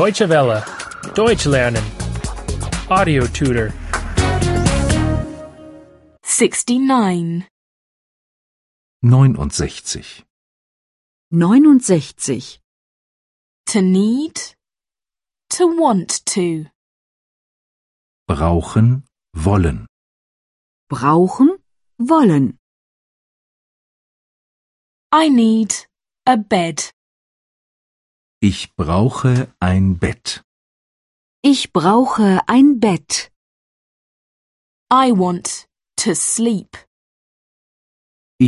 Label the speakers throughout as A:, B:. A: Deutsche Welle. Deutsch lernen. Audio tutor.
B: 69.
C: 69.
D: 69.
B: To need. To want to.
C: Brauchen, wollen.
D: Brauchen, wollen.
B: I need a bed.
C: Ich brauche ein Bett.
D: Ich brauche ein Bett.
B: I want to sleep.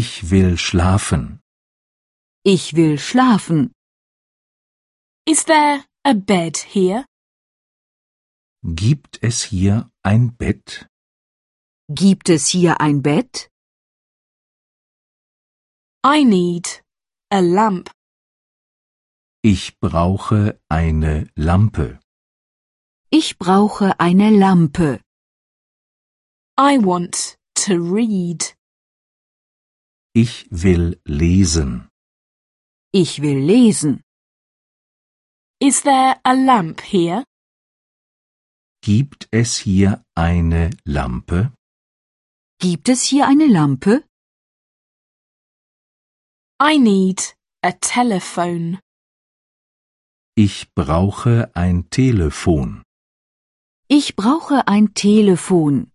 C: Ich will schlafen.
D: Ich will schlafen.
B: Is there a bed here?
C: Gibt es hier ein Bett?
D: Gibt es hier ein Bett?
B: I need a lamp.
C: Ich brauche eine Lampe.
D: Ich brauche eine Lampe.
B: I want to read.
C: Ich will lesen.
D: Ich will lesen.
B: Is there a lamp here?
C: Gibt es hier eine Lampe?
D: Gibt es hier eine Lampe?
B: I need a telephone.
C: Ich brauche ein Telefon.
D: Ich brauche ein Telefon.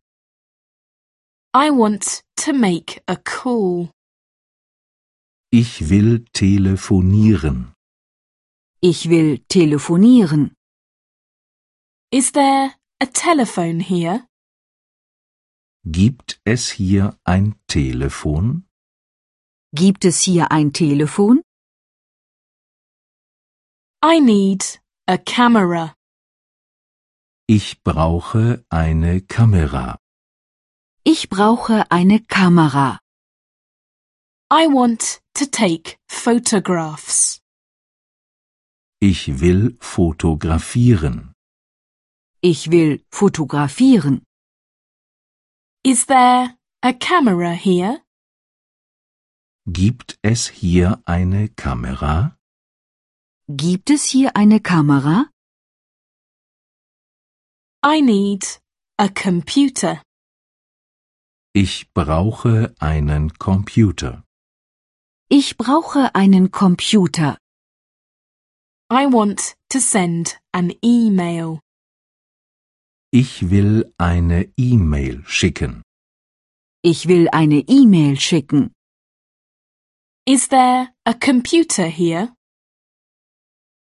B: I want to make a call.
C: Ich will telefonieren.
D: Ich will telefonieren.
B: Is there a telephone here?
C: Gibt es hier ein Telefon?
D: Gibt es hier ein Telefon?
B: I need a camera.
C: Ich brauche eine Kamera.
D: Ich brauche eine Kamera.
B: I want to take photographs.
C: Ich will fotografieren.
D: Ich will fotografieren.
B: Is there a camera here?
C: Gibt es hier eine Kamera?
D: Gibt es hier eine Kamera?
B: I need a computer.
C: Ich brauche einen Computer.
D: Ich brauche einen Computer.
B: I want to send an email.
C: Ich will eine E-Mail schicken.
D: Ich will eine E-Mail schicken.
B: Is there a computer here?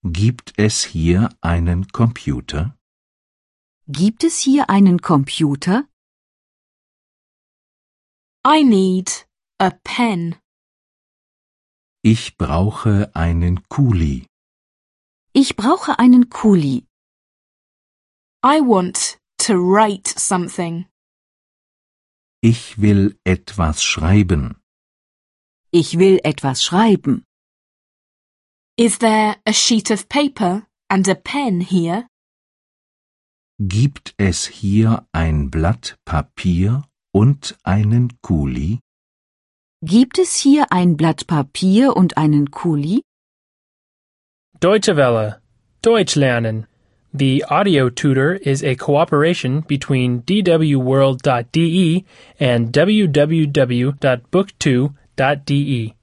C: Gibt es hier einen Computer?
D: Gibt es hier einen Computer?
B: I need a pen.
C: Ich brauche einen Kuli.
D: Ich brauche einen Kuli.
B: I want to write something.
C: Ich will etwas schreiben.
D: Ich will etwas schreiben.
B: Is there a sheet of paper and a pen here?
C: Gibt es hier ein Blatt Papier und einen Kuli?
D: Gibt es hier ein Blatt Papier und einen Kuli?
A: Deutsche Welle. Deutsch lernen. The audio tutor is a cooperation between E dwworld.de and www.book2.de.